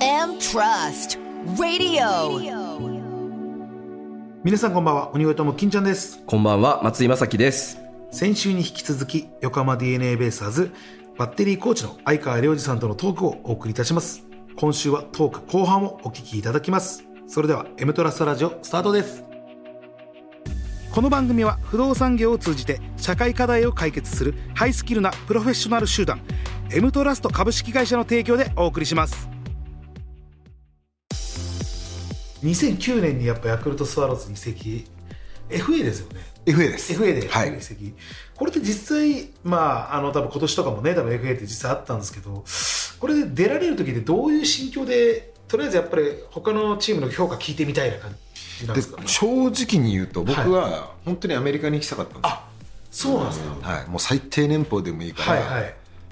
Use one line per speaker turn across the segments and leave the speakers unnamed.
FM Trust Radio
皆さんこんばんは鬼越トモ金ちゃんです
こんばんは、松井正樹です。
先週に引き続き横浜 d n a ベースーズバッテリーコーチの相川亮二さんとのトークをお送りいたします今週はトーク後半をお聞きいただきますそれでは M トラストラジオスタートですこの番組は不動産業を通じて社会課題を解決するハイスキルなプロフェッショナル集団 M トラスト株式会社の提供でお送りします2009年にやっぱヤクルトスワローズに移籍 FA ですよね
FA です。
FA で
はい
移籍、これって実際、まあ、あの多分今年とかもね、多分 FA って実際あったんですけど、これで出られる時ってどういう心境で、とりあえずやっぱり他のチームの評価聞いてみたいな感じなん
で
ですか、
正直に言うと僕は本当にアメリカに行きたかったんです
あ
よ
そうなんですか、
はい、もう最低年俸でもいいか
はい
ら
は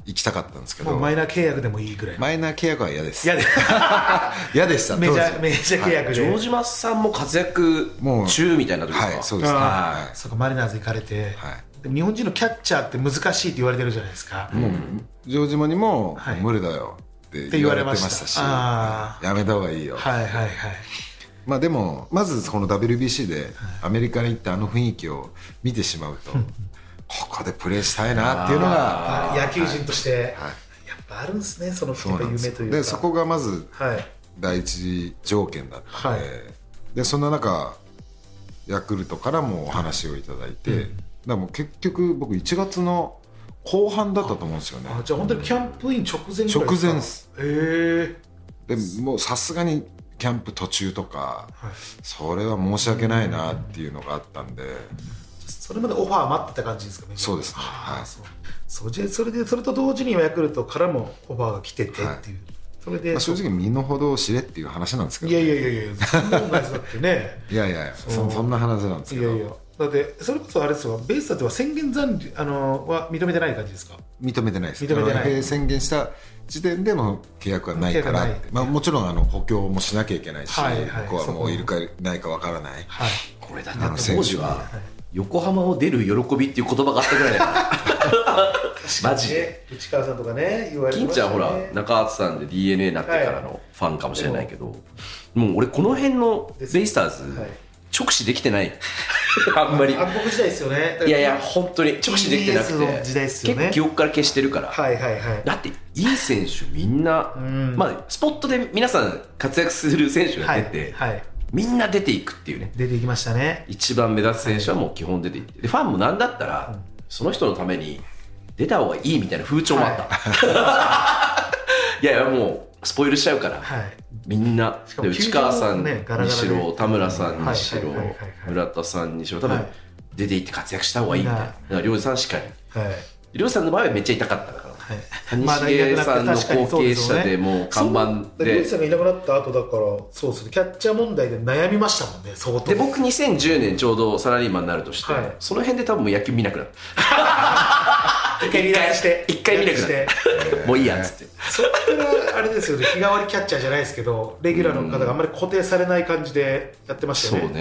行きたかったんですけ
い、
ど、
もうマイナー契約でもいいぐらい、
マイナー契約は嫌です
いやで
嫌でした
メジャ
当
ー
時
メジャー契約
ジ
で、
ョージマスさんも活躍中みたいな時ですか、
はいそう
あ
ですね
ー
は
そうか、マリナーズ行かれて、
はい
でも日本人のキャッチャーって難しいって言われてるじゃないですか。
い城島にも
はい
「無理だよ」って
て
言
言わ
わ
れ
れて
ま
ま
した
したし
あ
やめた方がいいよ、
はいはいはい
まあでもまずこの WBC でアメリカに行ってあの雰囲気を見てしまうとここでプレーしたいなっていうのが
あ野球人として、
はい
やっぱあるんですね、その
そうなんです
やっぱ夢という
よ
か。
でそこがまず
はい
第一条件だったので,、
は
でそんな中ヤクルトからもお話をいただいて、だからもう結局僕1月の後半だったと思うんですよね
あじゃあ本当にキャンプイン直前ぐらい
直前っす
へえ
でもうさすがにキャンプ途中とか、
はい
それは申し訳ないなっていうのがあったんで、
それまでオファー待ってた感じですかね
そうですね
あー
はい
そうそうじゃあそれでそれと同時にヤクルトからもオファーが来ててっていう、
はい
それで、
まあ正直身の程を知れっていう話なんですけど
い
ね、
やいやいやいやそんなことないですだって ね
いやいやいやそそんな話なんです
い
けど
やいやだってそれこそあれですよベースだっては宣言残留あのは認めてない感じですか
認めてないです
認めてない
だから宣言した時点での契約はないから
契約はない
まあ、もちろんあの補強もしなきゃいけないし、
はいはい
ここはも
そうう
いるかいないかわからない
はい
これだ
あの
って当時は横浜を出る喜びっていう言葉があったぐらいだから マジで
内川さんとかね言われて
金
まし
ちゃ
た
ん
ね
ほら中畑さんで d n a になってからのファンかもしれないけど、もう俺この辺のベイスターズ、
はい
直視できてない あんまり
暗黒時代ですよね
いやいや本当に直視できてなく
TBS
て
の時代っすよね
結構記憶から消してるから、
はいはいはい
だっていい選手みんな、
ん
まあ、スポットで皆さん活躍する選手が出て、
はいはい、
みんな出ていくっていうね
出ていきましたね
一番目立つ選手はもう基本出ていってでファンもなんだったら、その人のために出た方がいいみたいな風潮もあった、 い、やいやもうスポイルしちゃうから、
はい
みんな
しか
で
も
内川さん
球場もねガラガラ
に
で
しろ田村さんにし
はい
ろ
はいはいはい
村田さんにしろ多
は
分
い
出ていって活躍した方がいいみたいな
みん
だ
な
から亮二さんしかり
はい
亮二さんの場合はめっちゃ痛かったから
はい
谷繁さんの後継者でもう看板
で
で
ルイさんがいなくなった後だからそうですねキャッチャー問題で悩みましたもんね相当
で僕2010年ちょうどサラリーマンになるとして、
はい
その辺で多分もう野球見なくなっ
一回離脱して
一回見なくなったたもういいやっつって
そっからあれですよね日替わりキャッチャーじゃないですけどレギュラーの方があんまり固定されない感じでやってましたよね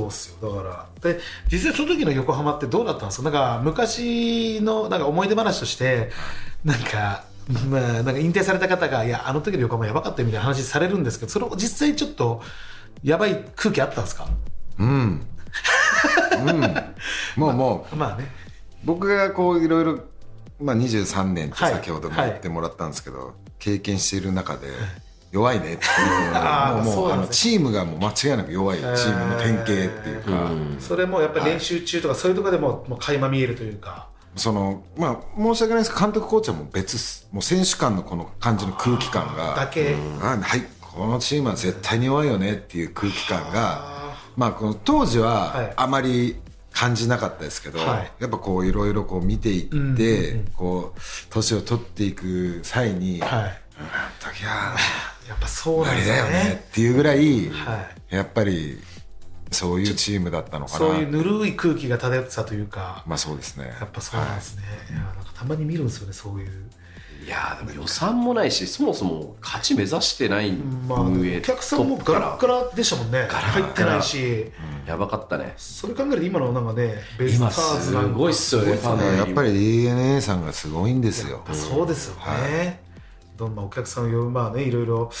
そ
うね
うっすよだからで実際その時の横浜ってどうだったんですかなんか昔のなんか思い出話としてなんか,、まあ、なんか引退された方がいやあの時の横浜やばかったよみたいな話されるんですけどそれを実際ちょっとやばい空気あったんですか
うん、うん、もうもう
まあね
僕がこういろいろ、まあ、23年って
はい
先ほども
はい
言ってもらったんですけど、経験している中で弱いねって
あー
いうもうも
そう
う
な
あ
ん
の
です
チームがもう間違いなく弱いチームの典型っていうか、
それもやっぱり練習中とかそういうところでももう垣間見えるというか
そのまあ申し訳ないですけど監督コーチはもう別っすもう選手間のこの感じの空気感が
だけ
あはいこのチームは絶対に弱いよねっていう空気感がまあこの当時
はい
はあまり感じなかったですけど、
はい
やっぱこういろいろこう見ていって、
んうん
こう年を取っていく際に、
はい
うんあの時は
やっぱそう
無
なんで
理
す
だ
よ
よね
ね
っていうぐらい、
は
やっぱりそういうチームだったのかな
そういうぬるい空気が漂ってたというか
まあそうですね
やっぱそうなんですね、いやなんかたまに見るんですよねそういう
いやーでも予算もないしそもそも勝ち目指してない
まあ、
運営
お客さんも
トップ
ガラッガラでしたもんね入ってないし、
やばかったね
それ考えると今のなんかねベイスタ
今
ー
す
ズなんか
ごいっすよねファン
だ
の
からや
入
っ
り
ぱり DNA さんがすごいんです
やっ
よ
ぱそうですよね、どんなお客さんを呼ぶまあねいろいろ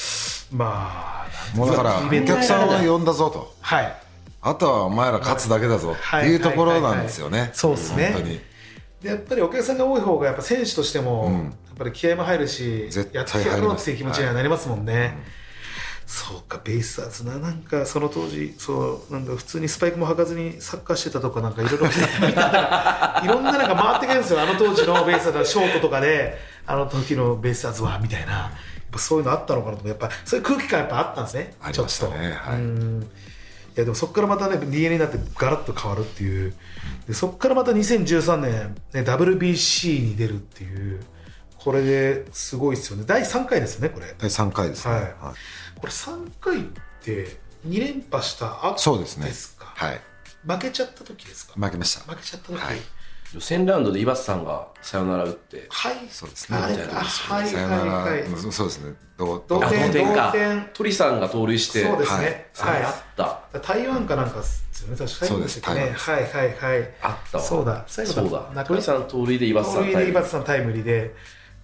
まあ
もうだから
イ
お
ベント
客さんは呼んだぞと
はい
あとはお前ら勝つだけだぞ
は
っていうところなんですよ
はいはい
ね
はいそうですね
本当に
でやっぱりお客さんが多い方がやっぱ選手としても、
うん
やっぱり気合も入るし
絶対
やってや
入
ろ
り
う
ま
っ
す
ていう気持ちにはなりますもんね、そうかベイスターズななんかその当時そうなんだ普通にスパイクも履かずにサッカーしてたとかなんかいろいろいろんななんか回ってくるんですよあの当時のベイスターズはショートとかであの時のベイスターズはみたいなやっぱそういうのあったのかなと思ってやっぱそういう空気感やっぱあったんですね
ありました
ちょ
ね
っと
はい
うんいやでもそこからまたね DNA になってガラッと変わるっていうでそこからまた2013年、ね、WBC に出るっていうこれですごいですよね第3回ですよねこれ
第3回ですね
はい
はい
これ3回って2連覇した後
そうですね
ですか
はい
負けちゃった時ですか
負けました
負けちゃった時は
はいい、
予選ラウンドで岩瀬さんがサヨナラ打って
そうですね
あれか
みたいなことですよ
はい
さ
は
よ
い
なら、
はい
うんそうですね同
同
あ
点
同点か
同点
鳥さんが盗塁して
そうですね
はい
はい
あった
台湾かなんかですよね確か
そうです
台湾でしたっけねはいはいはい
あったわ
そうだ最後だ
そうだ
中
鳥さん盗塁で岩瀬さ
盗
ん
塁
タ
で
イム
井端さんタイムリーで、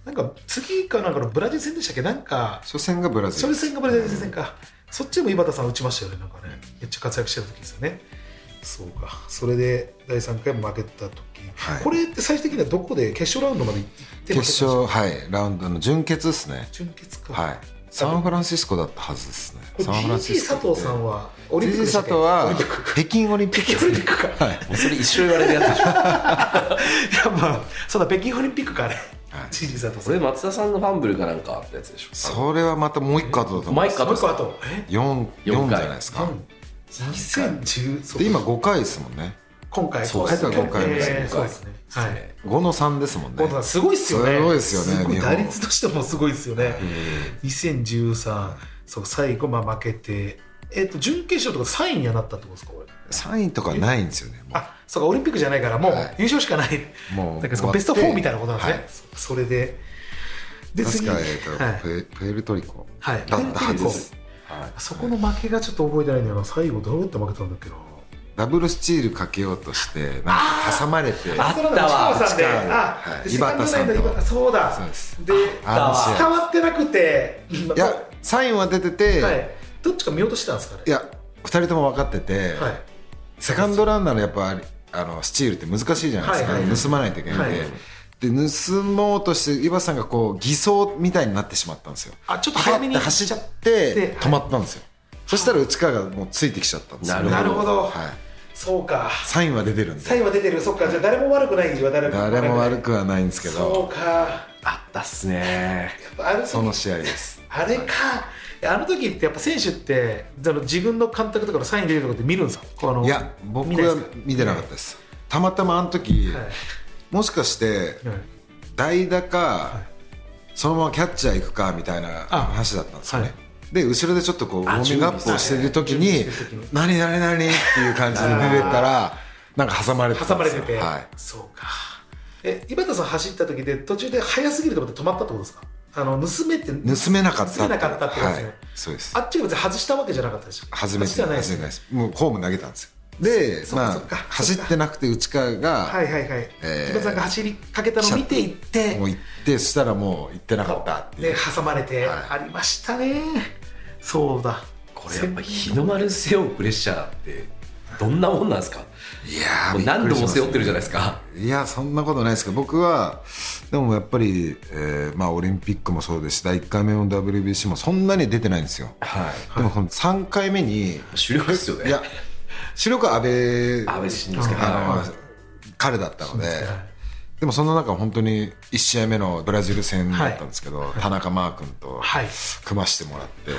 なんか次かなんかのブラジル戦でしたっけ、なんか、
初戦がブラジ
そ
ル
れ戦がブラジル戦か、そっちでも井端さん打ちましたよね、なんかね、めっちゃ活躍してた時ですよね。そうか、それで第3回も負けた時、
はい
これって最終的にはどこで決勝ラウンドまで行って負けたんです
決
か
勝はいラウンドの準決ですね
準決か。
はいサンフランシスコだったはずですね
これ
サンフランシ
GG
ス
佐
コ
藤さんはオリンピッ
GG
クでしたっ
佐
け
藤は北京オリンピックですね
北京オリンピック
はい
もうそれ一生言われるやつでしょ
いやまあそうだ北京オリンピックかあれ、
はい
GG 佐藤さ
こ
ん
れ松田さんのファンブルかなんかあったやつでしょ
それはまたもう一個後だと思う
マイカ
もう一個
とさ
あとえ
四
四
四じ
回
ゃないですか
2010そう
で今5回ですもんね
今回
そう
ですね
今回
今回
えーそうですねはい
5の3ですもんね
ボンドさんすごいっすよね
すごいっすよね
ごい
日本
打率としてもすごいっすよね2013そう最後まあ負けてえっと準決勝とか3位にはなったってことですかこれ
3位とかないんですよねもう
あそうかオリンピックじゃないからもう
はい
優勝しかない
も う
なんかその
終わって
ベスト4みたいなことなんですね
はい
そそれでで
確
次
か、えーと
はい
プエプエルトリコ
はい
だったはずです
そこの負けがちょっと覚えてないんだよな最後どうやって負けたんだっけな
ダブルスチールかけようとしてなんか挟まれて
あったわ
内川さんで
内川
あ
はい
でセカンド
井端さんと
ラインの井端そうだ
そうです
で
あの試合
伝わってなくて
いやサインは出てて、
はい
い、、
どっちか見落としてたんですかね。
や2人とも分かってて、
はい、
セカンドランナーのやっぱありあのスチールって難しいじゃないですか、
はいはいはい
盗まないといけないんで、
はい
で盗もうとして井端さんがこう偽装みたいになってしまったんですよ
あちょっと早めに
パッて走っちゃっ
で
て止まったんですよ、そしたら内川がもうついてきちゃったんですよ、
な
な
る
る
ほ
ほ
ど
ど、
はい、
そうか。
サインは出てるん
サイ
で
ンは出てる、そっか、じゃあ誰も悪くないは誰も
誰も悪
く
くはないんですけ
そ
ど
うか。
あったっすね
やっぱある
その試合です
あれか。あの時ってやっぱ選手ってあの自分の監督とかのサイン出てるとかって見るんですか。この
いや僕
見ないで
は
すか
見てなかったですたまたまあの時、
はい
もしかして
はい
代打か、そのままキャッチャー行くかみたいな
あ
話だったんですよね、
はい
で後ろでちょっとこうウォーミングアップをしてる時に
準備してる時
「何何何?」っていう感じで出てたら なんか挟まれてた
挟
ん
ま
で
れ
す
て
よ
て、
はい、
そうか。え、井端さん走った時で途中で速すぎると思って止まったってことですか。あの盗めって
盗めなかった
盗めなかったってことです
は
ね。
い、そうです
あっちが別に外したわけじゃなかったでしょ
初め
外してては
初
ない
め
です
て
ね
ですもうホーム投げたんですよで
そっか
ま
そっか
あ走ってなくて内川
は
が
いはいはい、
えー
木村さんが走りかけたのを見ていって
もう行ってそしたらもう行ってなかったってい
で
う
挟まれて、
はい
ありましたねそうだ
これやっぱ日の丸背負うプレッシャーってどんなもんなんですか
いや
もう
びっくりしましたね
何度も背負ってるじゃないですか
いやそんなことないですけど僕はでもやっぱり、えーまあ、オリンピックもそうですし第1回目の WBC もそんなに出てないんですよ
はい
でもこの3回目に、
主力ですよね
いや主力は安倍
安倍晋之助
あの
はい
彼だったのででもその中本当に1試合目のブラジル戦だったんですけど、田中真ー君と
はい
組ましてもらって、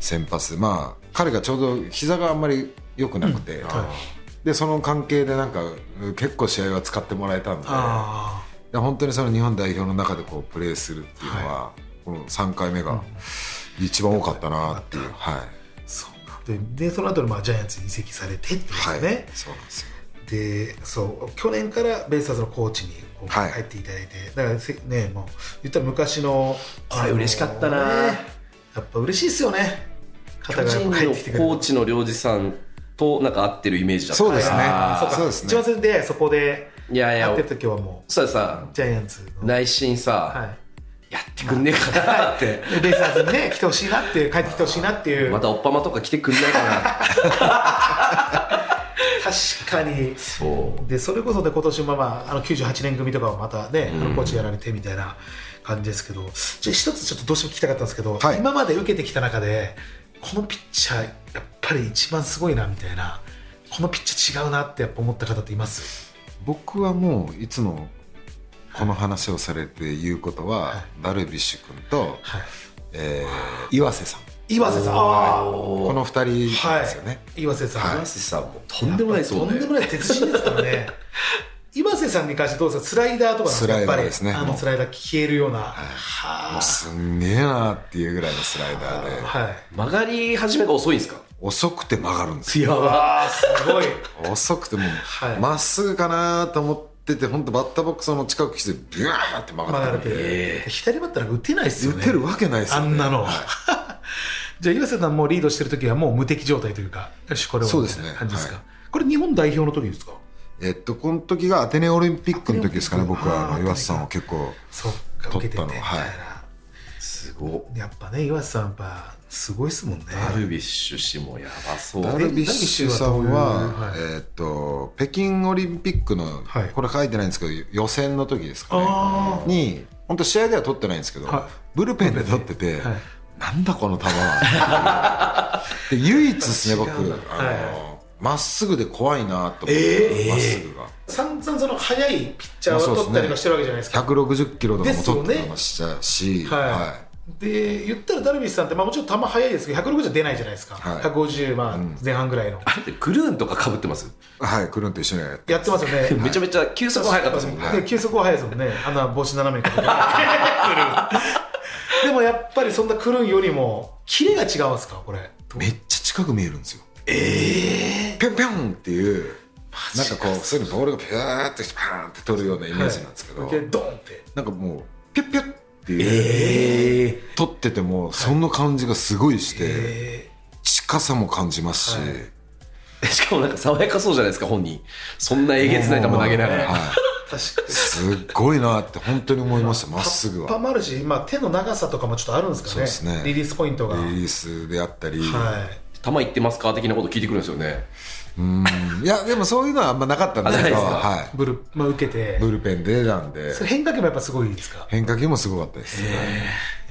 先発まあ彼がちょうど膝があんまり良くなくて、でその関係でなんか結構試合は使ってもらえたんで。
あ
で本当にその日本代表の中でこうプレーするっていうのは、この3回目が一番多かったなっていう、はい、
あそうなんででその後にまあジャイアンツに移籍されてってこと
は
で
い
すね、
そうなんですよ
でそう去年からベイスターズのコーチにこう
はい
入っていただいて、だからせねもう言ったら昔の
これ嬉しかったな
やっぱ嬉しいですよね
巨
肩がやっ
人
ぱ
の
入ってきてくれ
コーチの領事さんとなんか合ってるイメージだった
そうですね
あー
そうです
一番
ね
戦でそこで
いやい
や
や
ってる時はも
そしたらさ
うジャイアンツの
内心さ、
はい
やってくんねえかなって。
でベイサーズにね、来てほしいなっていう、帰ってきてほしいなっていう、
ま
確
たおっぱまとか来てくんないかな。
かに、
そう。
でそれこそで今年も、まあ、あの98年組とかをまたね、
うん
あのコーチやられてみたいな感じですけど、じゃあ一つちょっとどうしても聞きたかったんですけど、
はい
今まで受けてきた中で、このピッチャー、やっぱり一番すごいなみたいな、このピッチャー違うなってやっぱ思った方っています
僕はもういつもこの話をされて言うことは、ダルビッシュ君と、
はい
えー岩瀬さん
岩瀬さん、あー
この2人なんですよね、
岩瀬さん、
岩瀬さんもとんでもないですもん
とん
ね
で。もない鉄人ですから ね。岩瀬さんに関してどうですか、スライダーとかなんかやっぱ
スライダ
り
ーですね
あ
も
の
う
スライダー消えるような、はあ
もうすんげえなっていうぐらいのスライダーで
は
曲がり始めが遅いんですか
遅くて曲がるんですよ
い、いやわー、す ごい、
遅くても
はいう
まっすぐかなと思ってて本当バッターボックスの近く来てブワーって曲
曲
が
が
っ
る
て
ペ
る
え
左バッターなんか打てないですよ
打
ね。
てるわけないですよ、
あ
ね、
んなの
はい。
じゃあ、岩瀬さんもリードしてる時はもう無敵状態というか、よし、これは
そうですね
感じですか、
は
これ、日本代表の時ですか
えっとこの時がアテネオリンピックの時ですかね
アテネオリンピック
僕は
あ
あ
ー
の岩瀬さんを結構
そっか、受けててみたいな。
取ったのはい
ー、すご
やっぱね、岩瀬さん、やっぱすごいですもんね。
ダルビッシュ氏もやばそう。
ダルビッシュさんは、えっと北京オリンピックの、
はい
これ書いてないんですけど予選の時ですか
あ
ねに本当試合では取ってないんですけど、
は
ブルペンで取ってて、
はい
なんだこの球は で唯一ですね僕
違
あ
う
の
な
まっすぐで怖いなと思って、
えー
まっすぐが
あ、さんざんその速いピッチャーを
まあそうですね
取ったりとかしてるわけじゃないですか。
160キロとか
で
も
すよね
取ってましたし、
は、
はい
で言ったらダルビッシュさんって、まあ、もちろん球速いですけど160は出ないじゃないですか、
はい
150、まあ、前半ぐらいの、
あれってクルーンとかかぶってます
い、はい、クルンと一緒にやって
やってますよね
めちゃめちゃ球速速かったですもんね。
で球速は速いですもんねあんな帽子斜めにかけて でもやっぱりそんなクルンよりもキレが違うんですかこれ
めっちゃ近く見えるんですよええぴょんぴょんっていうなんかこうすぐボールがピューってパーンって取るようなイメージなんですけど、
はいでドンって
なんかもうピュッピュッっていう、取っててもその感じがすごいして、近さも感じますし、
はい
しかもなんか爽やかそうじゃないですか、本人。そんなえげつない球投げながら。
はい
確かに
すっごいなって本当に思いましたまっすぐ
パッパ
は
もあるし、まあ、手の長さとかもちょっとあるんですかね
そうですね
リリースポイントが、
リリースであったり、
はい
球いってますか的なこと聞いてくるんですよね。
うんいやでもそういうのはあんまなかったんですけど
あないですか
は
ブル、まあ、受けて
い、ブルペンでなんで
それ変化球もやっぱすごいですか
変化球もすごかったです、
や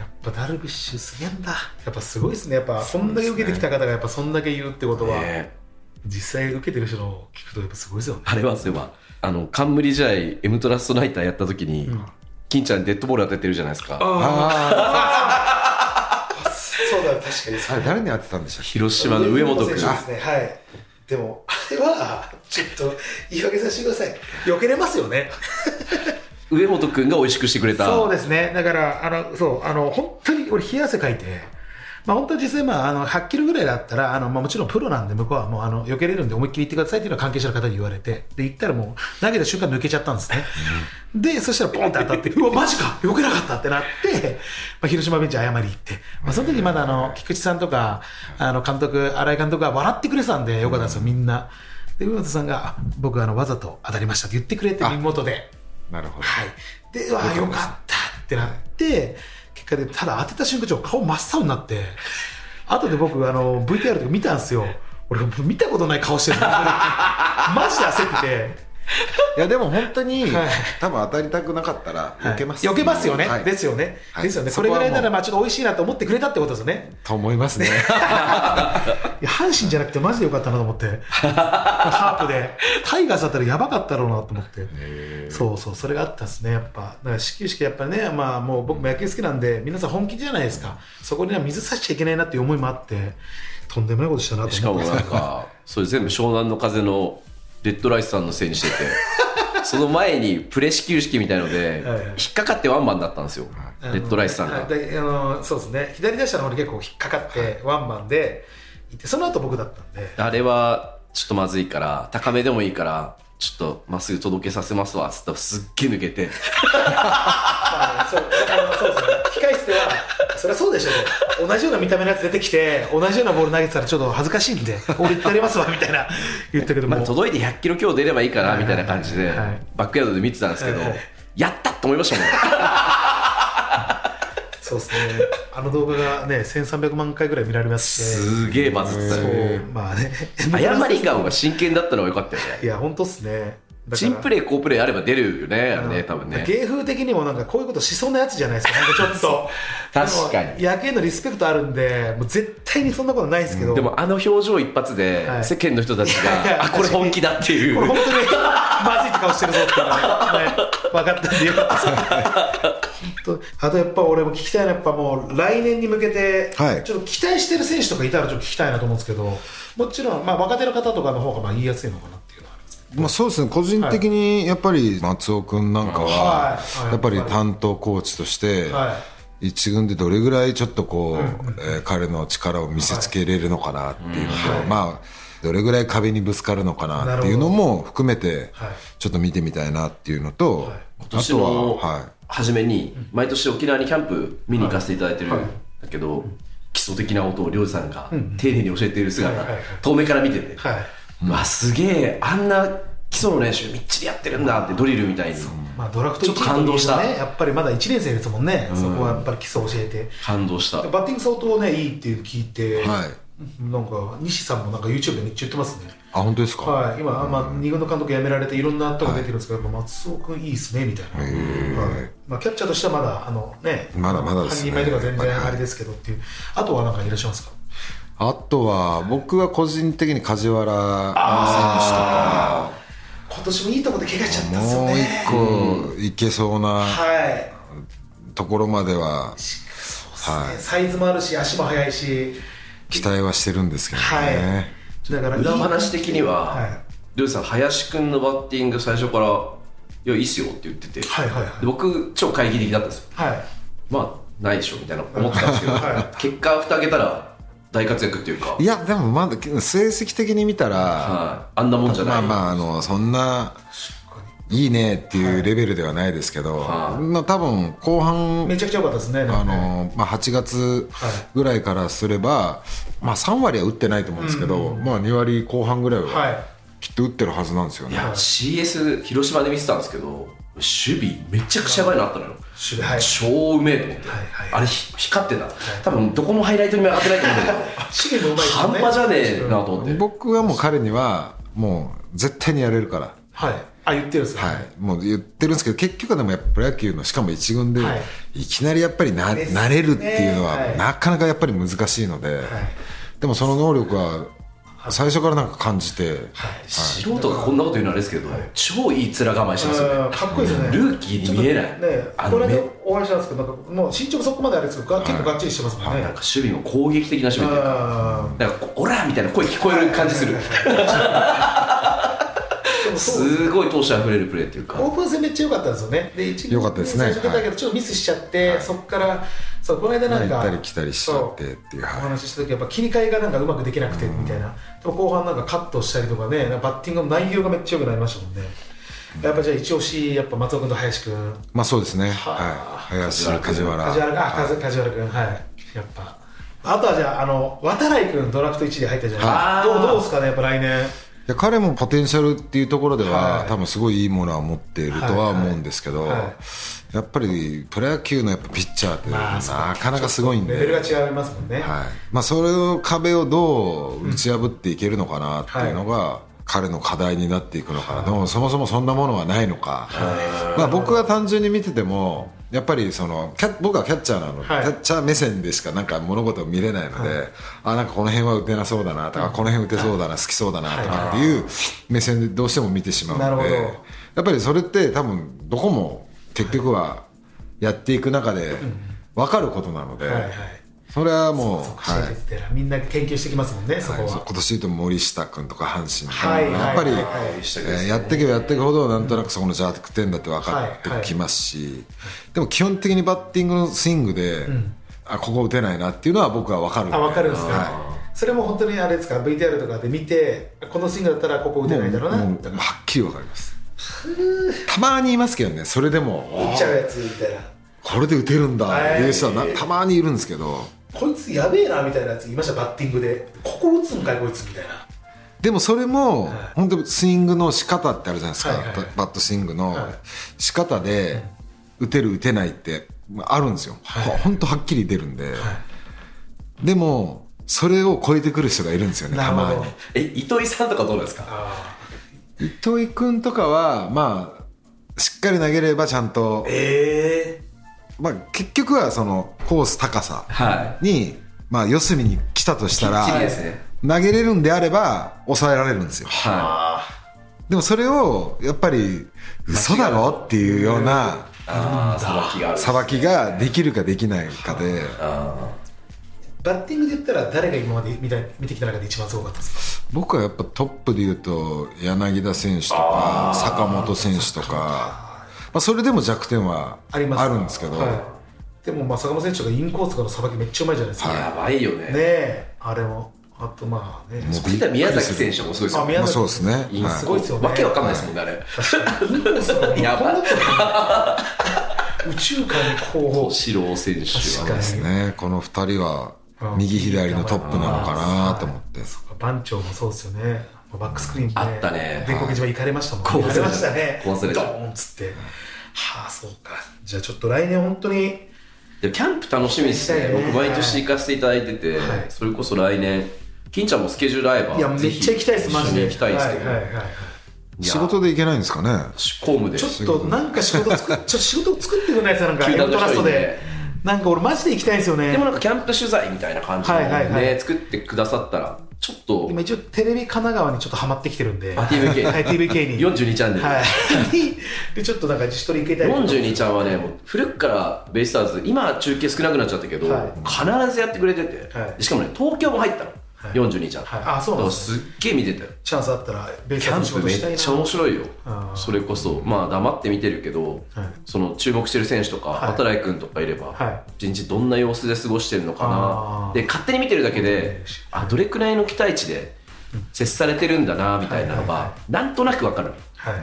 っぱダルビッシュすげえんだやっぱすごいですねやっぱこんだけ受けてきた方がやっぱそんだけ言うってことは、
ね
実際受けてる人の聞くとやっぱすごいですよね
あれはそういえば、あの、冠試合、M トラストナイターやった時に、金ちゃんデッドボール当ててるじゃないですか。
あ
そうだ確かに
ああれ誰に当てたんでしたっけ
広島の上本君。
選手ですねはいでもあれはちょっと言い訳させてください避けれますよね
上本君が美味しくしてくれた。
そうですねだからあのそうあの本当に俺冷や汗かいてまあ本当は実際、まあ、あの100キロぐらいだったらあの、まあ、もちろんプロなんで向こうはもうあの避けれるんで思いっきり行ってくださいっていうのは関係者の方に言われてで行ったらもう投げた瞬間抜けちゃったんですね、でそしたらポンって当たってうわマジか避けなかったってなって、まあ、広島ベンチ謝り行って、まあ、その時まだあの菊池さんとかあの監督新井監督が笑ってくれてたんでよかったんですよみんなで上本さんがあ「僕あのわざと当たりました」って言ってくれて
あ
耳元で。
なるほど
はい、でうわよかったってなって結果でただ当てた瞬間ちょっと顔真っ青になって後で僕あの VTR とか見たんですよ俺もう見たことない顔してる マジで焦ってて。
いやでも本当に、
はい
多分当たりたくなかったら
はい
避けます、
避けますよね、
はい
ですよね、
はい
ですよね、
そ
こ
こ
れ
は
ぐらいなら、
もう
まあちょっと美味しいなと思ってくれたってことですよね、
と思いますね
いや阪神じゃなくて、マジでよかったなと思って、カープで、タイガースだったらやばかったろうなと思って、そうそう、それがあったんですね、やっぱ、だから始球式、やっぱりね、まあ、もう僕も野球好きなんで、皆さん本気じゃないですか、そこには水差しちゃいけないなっていう思いもあって、とんでもないことしたな
し
と
か
思
も
って
なんか、それ全部湘南の風のレッドライスさんのせい にしてて、その前にプレ始球式みたいので
はいはい、
引っかかってワンマンだったんですよ、
あの
レッドライスさん
は
が
い。であのそうですね、左打者の方に結構引っかかって、ワンマンで行って、その後僕だったんで。
あれはちょっとまずいから、高めでもいいから、ちょっとまっすぐ届けさせますわっつったらすっげえ 抜けて、
あそうあのそうですね控室ではそれはそうでしょう同じような見た目のやつ出てきて同じようなボール投げてたらちょっと恥ずかしいんで俺行ってやりますわみたいな言ったけども
まあ、届いて100キロ強出ればいいかなみたいな感じで
はいはいはいはい、
バックヤードで見てたんですけど
はいはい、
やったと思いましたもん。
そうですねあの動画がね1300万回ぐらい見られますし、ね、
すげえバズってた
そ
よ
うまあね
謝り顔が真剣だったのが良かったよね
いや本当っすねだから
チンプレー、コープレーあれば出るよね、あれ
う
ね、
ん
多分ね。
芸風的にもなんかこういうことしそうなやつじゃないですかなんかちょっと
確かに
でも野球へのリスペクトあるんでもう絶対にそんなことないですけど、
でもあの表情一発で、
はい
世間の人たち
いやいや
が、あ、これ本気だってい
これ
う
本。当にまずいって顔してるぞっていうのがねね分かったんでよかったです本当あとやっぱ俺も聞きたいのはやっぱもう来年に向けて、
はい
ちょっと期待してる選手とかいたらちょっと聞きたいなと思うんですけどもちろん、まあ、若手の方とかの方がまあ言いやすいのかなっていうのはあるんですけ
まあ、そうですね個人的にやっぱり松尾君なんかは
はい
やっぱり担当コーチとして
は
一軍でどれぐらいちょっとこうえー彼の力を見せつけれるのかなっていうのとまあどれぐらい壁にぶつかるのかなっていうのも含めて
はい
ちょっと見てみたいなっていうのとあ
今年
とは
の
は
初めに、毎年沖縄にキャンプ見に行かせていただいてるんだけど、基礎的な音をりょうさんが丁寧に教えている姿
はいはいはい、
遠目から見て
ど、
て、
はい
まあすげえ、あんな基礎の練習みっちりやってるんだって、ドリルみたいに。
まあ、ドラフト1
ちょっと感動した
ねやっぱりまだ1年生ですもんね、そこはやっぱり基礎教えて
感動した。
バッティング相当ねいいっていうの聞いて、
いはい
なんか西さんもなんか YouTube でめっちゃ言ってますね
あ本当ですか
はい、今、まあ、二軍の監督辞められていろんなとこ出てるんですけど、やっぱ松尾君いいですねみたいな、はいまあ、キャッチャーとしてはまだあの、ね、
まだまだです
半
ね
人前とか全
やっぱりは
然
い
あれですけどっていう、あとはなんかいらっしゃいますか
あとは僕は個人的に梶原
今年もいいとこで怪我しちゃったんですよ
もう
ね。
一個いけそうな
はい
ところまでは
そうっすねサイズもあるし、足も速いし、
期待はしてるんですけどね、
はい、だから
裏話的には、
はい
りょうさん林くんのバッティング最初から「いやいいっすよ」って言ってて、
はいはいはい
で僕超懐疑的だったんですよ
はい、
まあないでしょみたいな思ってたんですけど、
は
結果蓋開けたら大活躍っていうか
いやでもまだ成績的に見たら、
はいあんなもんじゃ
ま
な
あ
い、
まああのそんないいねっていうレベルではないですけど、
はい
まあ、多分後半
めちゃくちゃ良かったですね、な
あ
んかね
の、まあ、8月ぐらいからすれば、まあ、3割は打ってないと思うんですけど、まあ、2割後半ぐらい
はい
はきっと打ってるはずなんですよ
い
ね、
や CS 広島で見てたんですけど守備めちゃくちゃやばいのあったのよ
守備はい
超うめえと思って、
はいはい
あれひ光ってた、多分どこもハイライトにも上がってないと思 うんだけど
シゲもうまいですよ
半
ね
端じゃねえなと思って、
僕はもう彼にはもう絶対にやれるから。
はい、あ言ってるんですか、
はい、もう言ってるんですけど結局はでもやっぱプロ野球のしかも一軍で、
はい
い、きなりやっぱりな、
ですね
なれるっていうのは、
はい
なかなかやっぱり難しいので、でもその能力は最初からなんか感じて、
素人がこんなこと言うのはあれですけど、超いい面構えしてますよね、
うんかっこいいですよね
ルーキーに見えない、
ねえ
あ
こ
の
れ
め
でお会いしたんですけどなんかもう身長もそこまであれですけどが結構がっちりしてますもんね、
なんか守備も攻撃的な守備で
あ
なんかこうオラみたいな声聞こえる感じする
ーでもそうです
すごい闘志あふれるプレーっていうか
オープン戦めっちゃ良かったんですよねで一
良かったですね
最初出たけどちょっとミスしちゃって、そこからそうこの間なんか
行ったり来たりしちゃってっていう
そ
はい
お話しした時やっぱ切り替えがなんかうまくできなくてみたいな、でも後半なんかカットしたりとかねなんかバッティングの内容がめっちゃ良くなりましたもんねやっぱじゃあ一押しやっぱ松尾君と林君
まあそうですね、は
はい
い、林梶原
梶原が梶梶原君はいやっぱあとはじゃああの渡来君ドラフト1位で入ったじゃないですかどうどうですかねやっぱ来年
いや彼もポテンシャルっていうところでは、
はい
多分すごいいいものは持っているとは思うんですけど、
はいはいは
やっぱりプロ野球のやっぱピッチャーって
まあそう
なかなかすごいんで、
レベルが違いますもんね、
はいまあ、それを壁をどう打ち破っていけるのかなっていうのが彼の課題になっていくのかな、でもそもそもそんなものはないのか、まあ、僕が単純に見ててもやっぱりそのキャ僕はキャッチャーなので、
はい
キャッチャー目線でしかなんか物事を見れないので、あなんかこの辺は打てなそうだなとか、この辺打てそうだな、好きそうだなとかっていう目線でどうしても見てしまう
な
ので
る
や
ほど
っぱりそれって多分どこも結局はやっていく中で分かることなので。
はいはい
それはもう
はい
はい
みんな研究してきますもんねそこは、
はいそう今年言うと森下君とか阪神
はいはい
やっぱり、
はい
えーやっていけばやっていくほどなんとなくそこの弱点だって分かってきますし、でも基本的にバッティングのスイングで、あここ打てないなっていうのは僕は分かるんで
あ分かるんですね、
は
それも本当にあれですか VTR とかで見てこのスイングだったらここ
い
打てないだろうな
もう
と
もう
か
はっきり分かりますたまにいますけどねそれでも
打っちゃうやつみたいな
これで打てるんだっていう人はな
はい
たまにいるんですけど
こいつやべえなみたいなやついましたバッティングでここ打つんかいこいつみたいな
でもそれも、本当スイングの仕方ってあるじゃないですか、
はいはいはい
ババットスイングの
はい
仕方で、打てる打てないってあるんですよ、本当はっきり出るんで、でもそれを超えてくる人がいるんですよねたまに
え糸井さんとかどうなんですか
あ
糸井君とかはまあしっかり投げればちゃんと、
え
まあ、結局はそのコース高さ
は
に、まあ、四隅に来たとしたら
きっちりですね
投げれるんであれば抑えられるんですよ
いは
でもそれをやっぱり嘘だろっていうようない
ああさばきがある
さばきができるかできないかで
あ
ーバッティングで言ったら誰が今まで見た見てきた中で一番すごかったです
僕はやっぱトップでいうと柳田選手とか坂本選手とか、まあ、それでも弱点は
か
あ
あります
るんですけど、
はい、でもまあ坂本選手がインコースからのさばきめっちゃうまいじゃないですか、
あやばいよね
ねえあれもあとまあね
もう
それで宮崎選手もそうですよ
あ宮
まあ、そうですね、は
イン
す
ス
ご
い、
いですよね
わけわかんないですもんねあれやば い
宇宙間にこ
小郎選手
確か
そう
は
に
ですねこの2人は
うん
右左のトップなのかなと思って
う番長もそうですよねバックスクリーンね
あったね
全国一番行かれましたもん
こう
行かれましたね
こう忘れ
ド
た
ーンっつってはあそうかじゃあちょっと来年本当に
でもキャンプ楽しみです
行き
ね
たいね
僕毎年行かせていただいてて、
はい
それこそ来年金ちゃんもスケジュール合えば
いやめっ
ぜひ
ちゃ行きたいですマジで
一緒に行きたいですけど、
はいはいはいはい
いや
仕事でいけないんですかね
公務で
ちょっとなんか仕事作っちょっと仕事を作ってくんないですかなん かエ
球
ル
団の
ト
人
ラスト
に
で
ね
なんか俺マジで行きたいんですよね
でもなんかキャンプ取材みたいな感じで、ね
はいはいはい
作ってくださったらちょっと
今一応テレビ神奈川にちょっとハマってきてるんで
あ TVK
はい TVK に
42チャンネル、
はいにでちょっとなんか一人行けたりとか
42ちゃんはねもう古くからベイスターズ今中継少なくなっちゃったけど、
は
必ずやってくれてて、
はい
しかもね東京も入ったの、
はい
42ちゃん、
はいあそう
だ
なんで
から
す
すっげえ見てたよ
チャンスあったらベース
キャ
の仕
ンプ
事
め
したい
っ
な
ちゃ面白いよ
あー
それこそまあ黙って見てるけど、
はい
その注目してる選手とか、
はい
働君とかいれば、
は
一日どんな様子で過ごしてるのか
あー
なで勝手に見てるだけであどれくらいの期待値で接されてるんだなみたいなのが、
はいはいは
なんとなくわかる
はい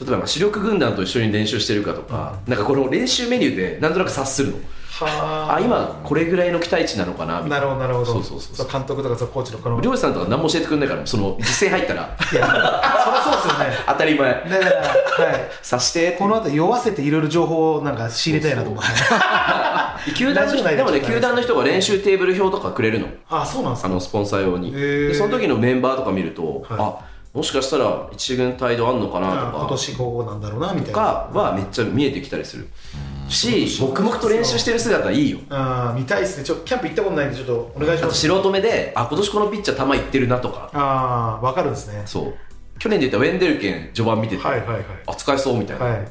例えばまあ主力軍団と一緒に練習してるかとか、なんかこの練習メニューでなんとなく察するの
は
あ今これぐらいの期待値なのかな
あ
み
な
た
いる
な
ほどなるほど
そうそうそうそう
の監督とかそのコーチのこのいや
漁師さんとか何も教えてくれないからその実践入っ たら
そりゃそうですよね
当たり前
だからはい
察してって
この後酔わせていろいろ情報をなんか仕入れたいなと思って
球団
ラ
の
ジオ
人
内で
でもね
ちょっと
球団の人が練習テーブル表とかくれるの
あそうなんです
あ
か
のスポンサー用
へ
に
ー
でその時のメンバーとか見ると、
はい
あもしかしたら一軍態度あんのかな
あ
と
今
か
年こうなんだろうなみたい
と
な
かはめっちゃ見えてきたりするし黙々と練習してる姿いいよ
あー見たいですねちょっとキャンプ行ったことないんでちょっとお願いし
あと
ます
素人目であ今年このピッチャー球いってるなとか
ああ分かるんですね
そう去年で言ったらウェンデルケン序盤見てて、
はいはいはい
あ使えそうみたいな、
はい、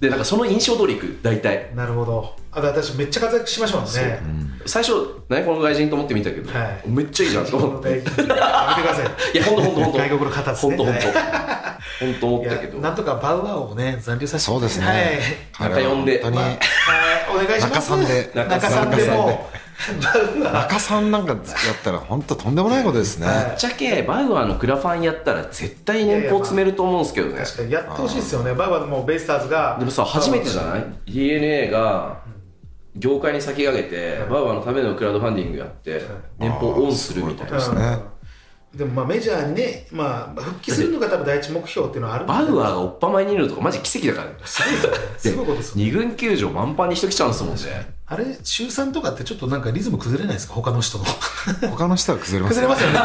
でなんかその印象通りいく大体
なるほどあだから私めっちゃ活躍しましたもんね
最初何この外人と思って見たけど、
はい
めっちゃいいじゃんと
外国
思
の
っ
大臣
て
やめてください
いや、本当本当本当。
外国の方ですね
本当本当。本当思
い
った
や
けど。
なんとかバウアーをね残留させて
そうですね、
はい
彼
中
は
呼んで
本当に、
ま
はいお願いします
中さんで
中さんでもバウアー
中さんなんかやったら本当とんでもないことですね、
は
ぶっちゃけ、バウアーのクラファンやったら絶対年俸詰めると思うんですけどね。
確かにやってほしいですよねバウアーもベイスターズが
でもさ、初めてじゃない ?DNA が、業界に先駆けて、バウアーのためのクラウドファンディングやって、年俸オンするみたい
うん
な。
ね
でもまあメジャーにね、まあ、復帰するのが多分第一目標っていうのはあるんで
バウアーがおっぱ前にいるのとかマジ奇跡だからね。
すごいことですよね
二軍球場満帆にしときちゃうんですもんね。
あれ週3とかってちょっとなんかリズム崩れないですか他の人 の
他の人は崩れます
崩れますよね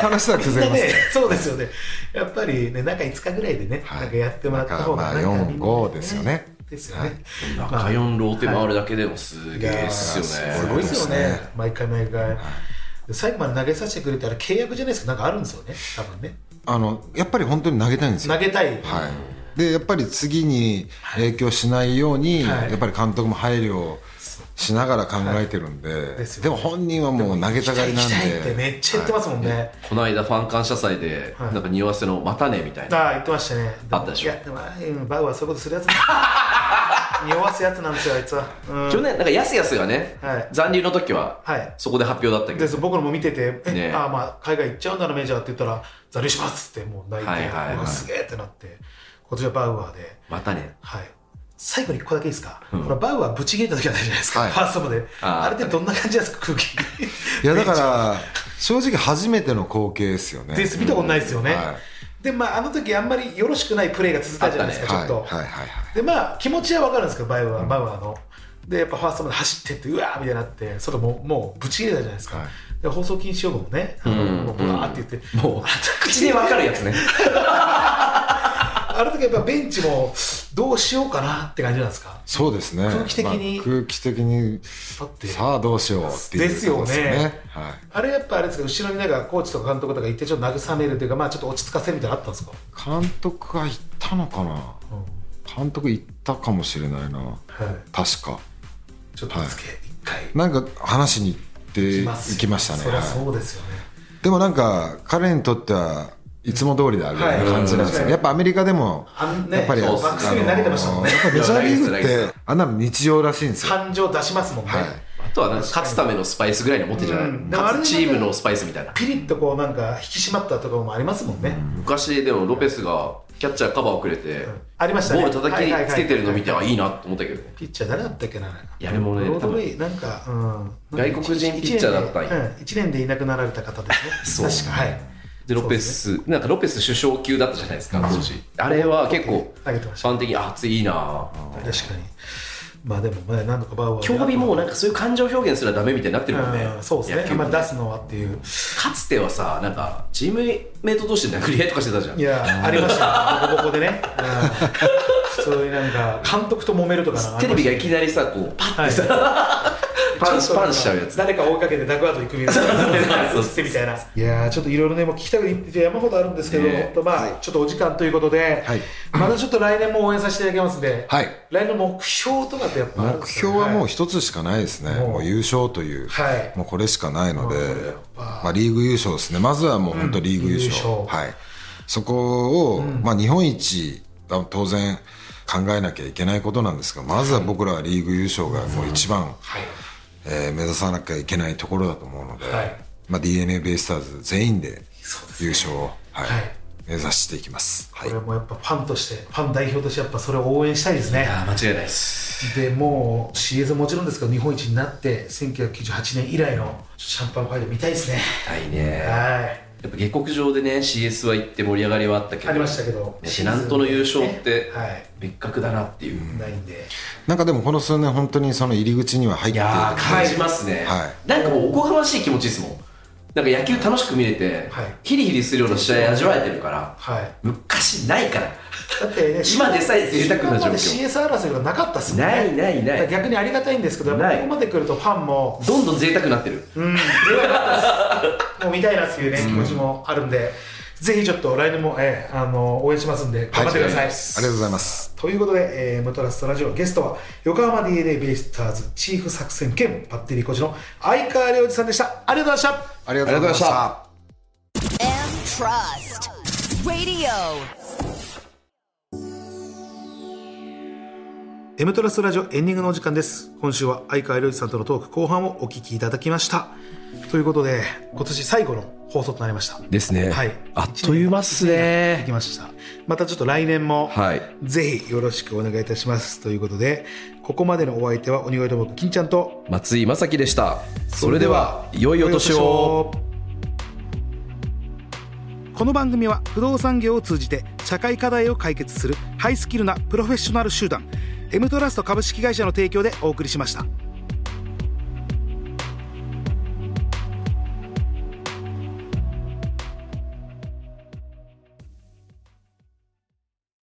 他の人は崩れます
ね、そうですよね。やっぱりね、中5日ぐらいでね、
はい
なんかやってもらった方が、
なんかまあ
なんかみんな
4 5ですよね
ですよね。
中4ローテ回るだけでもすげえっすよ
いやーす
ね。
ごいですよ
すごい
ね
ですね。
毎回毎回。最後まで投げさせてくれたら契約じゃないですか、なんかあるんですよね、多分ね。
あのやっぱり本当に投げたいんですよ
投げたい。
はい、でやっぱり次に影響しないように、
はい
やっぱり監督も配慮をしながら考えてるんで、
ですよね
でも本人はもう投げたがり
行
なん
き
で
たいってめっちゃ言ってますもんね。
この間ファン感謝祭で、
はい
なんか匂わせの「またね」みたいな
ああ、言ってましたね。
あったでし
い
ょ
や、でも、ああいうバウはそういうことするやつなんだ 匂わすやつなんですよ、あいつは。うん
去年なんかやすやすがね、
はい
残留の時は
はい
そこで発表だったけ
で
ど、
す僕のも見てて、え
ねえ
ああまあ海外行っちゃうんだなメジャーって言ったら、ざるしますってもう泣いて、
はいはいはいう
わすげえってなって、今年はバウアーで、
またね
はい、最後に1個だけいいですか、このバウアーぶち切れた時あったじゃないですか、
はい
ファーストまで、
あ
あ
ー
れってどんな感じなんですか、空気。
いやだから正直初めての光景ですよね
です、見たことないですよね。
は
で、まあ、あの時あんまりよろしくないプレーが続いたじゃないですか、
はい
ちょっと。
はいはいはい
でまあ、気持ちは分かるんですけど、バウアー,、バウアーの。でやっぱファーストまで走ってってうわーみたいになって外もうもうぶち切れたじゃないですか、
はい
で放送禁止用語もねあの
うん
もうブワーって言って、
もう口でわかるやつね
あの時やっぱベンチもどうしようかなって感じなんですか
そうですね
空気的に
まあ空気的に
だって
さあどうしようっていう
ですよね
とこですはい、
あれやっぱあれですか後ろになんかコーチとか監督とか行ってちょっと慰めるというかまあちょっと落ち着かせるみたいなのあったんですか、
監督が行ったのかな監督行ったかもしれないな
はい
確か
ちょっとつけ、一回
なんか話しに行って行きましたね
そりゃ
はい
そうですよね、
でもなんか彼にとってはいつも通りであるような感じなんですよ、
はい
やっぱアメリカでも
あんね
やっぱりあ
そ
の
うバックスクリーン投げてましたもんね
やっぱメジャーリーグ
いや投げてた
ってあんなの日常らしいんですよ
感情出しますもんね、
はい
あとはなんか勝つためのスパイスぐらいに持ってんじゃない、
うん
勝つチームのスパイスみたいな
ピリッとこうなんか引き締まったところもありますもんね、
昔でもロペスがキャッチャーカバーをくれて、
ありましたね
ボール叩
はいはいは
き
い
つけてるの見て、あいいなと思ったけどね
ピッチャー誰だったっけな。
いやでもね
ロードウェイなんか、うん、
外国人ピッチャーだったん
一
や
年でうん、一年でいなくなられた方です
そう
ね。確かはい。
でロペ
そ
ス、なんかロペス首相級だったじゃないですか当時あれは結構
投げてまし
一般的にあ熱いいな
うですね。確かに。まあでもね何度かバウアーで。
競技もうなんかそういう感情表現すらダメみたいになってるもんね
うん、そうですね
野。球
あん
も
まり出すのはっていう。
かつてはさなんかチームメイト同士で殴り合いとかしてたじゃん
いやありましたね。ボコボコでね。 うん普通になんか監督と揉めるとかなんかあ
テ
り
レ
まし
ビ
た
がいきなりさこうパッ
はい、
パンパンしちゃうやつ
誰か追いかけてダグアウト行くみたいな映ってみたいないやーちょっといろいろねもう聞きたいこと山ほどあるんですけど、
ね
本当まあ、ちょっとお時間ということで、
はい
またちょっと来年も応援させていただきますんで、
はい
来年の目標とかってやっぱあるんで
目
すかね
標はもう一つしかないですね、
はい
もう優勝という、
はい
もうこれしかないので
もうこれやっ、ぱ
まあ、リーグ優勝ですね、まずはもう本当、リーグ優
う
勝、
んリーグ優勝
はい、そこを、まあ、日本一、あ当然考えなきゃいけないことなんですが、まずは僕らはリーグ優勝がもう一番、
はい
えー目指さなきゃいけないところだと思うので、
はい
まあ、d n a ベイスターズ全員で
そうですね
優勝を、はい
はい
目指していきます。は
こ
い
れはもうやっぱファンとしてファン代表としてやっぱそれを応援したいですね
あ間違いないです
でもう CS もちろんですけど日本一になって1998年以来のシャンパンファイト見たいですね
はいね
はい
やっぱ下克上でね CS は行って盛り上がりはあったけど
ありましたけど
ねペナントの優勝って
はい
別格だなっていう、い
ないんで
なんかでもこの数年本当にその入り口には入っている
やー
は
感
い
じますね、
は
なんかもうおこがましい気持ちですもんなんか野球楽しく見れて、
はい
ヒリヒリするような試合味わえてるから
はい
昔ないから
だってね、
今でさえ贅沢な状況
今まで CS 争いがなかったっすもんね
ないないな
だから
い
逆にありがたいんですけどやっぱ
ない
ここまで来るとファンも
どんどん贅沢になってる
うん出なかったですもう見たいなっていうね気持ちもあるんでぜひちょっと来年も、えーあの応援しますんで頑張ってください、
ありがとうございます。
ということで、えー、ムトラストラジオゲストは横浜 d n a ベイスターズチーフ作戦兼バッテリーコーチの相川亮二さんでしたありがとうございました
ありがとうございました。
M Trust Radio.
M トラストラジオエンディングのお時間です今週は相川亮一さんとのトーク後半をお聞きいただきましたということで今年最後の放送となりました
ですね
はい
あっという間っす
い
ね
きましたまたちょっと来年も、
はい
ぜひよろしくお願いいたしますということでここまでのお相手は鬼越トモコ金ちゃんと
松井正樹でしたそれではいよいお年を
この番組は不動産業を通じて社会課題を解決するハイスキルなプロフェッショナル集団 M トラスト株式会社の提供でお送りしました。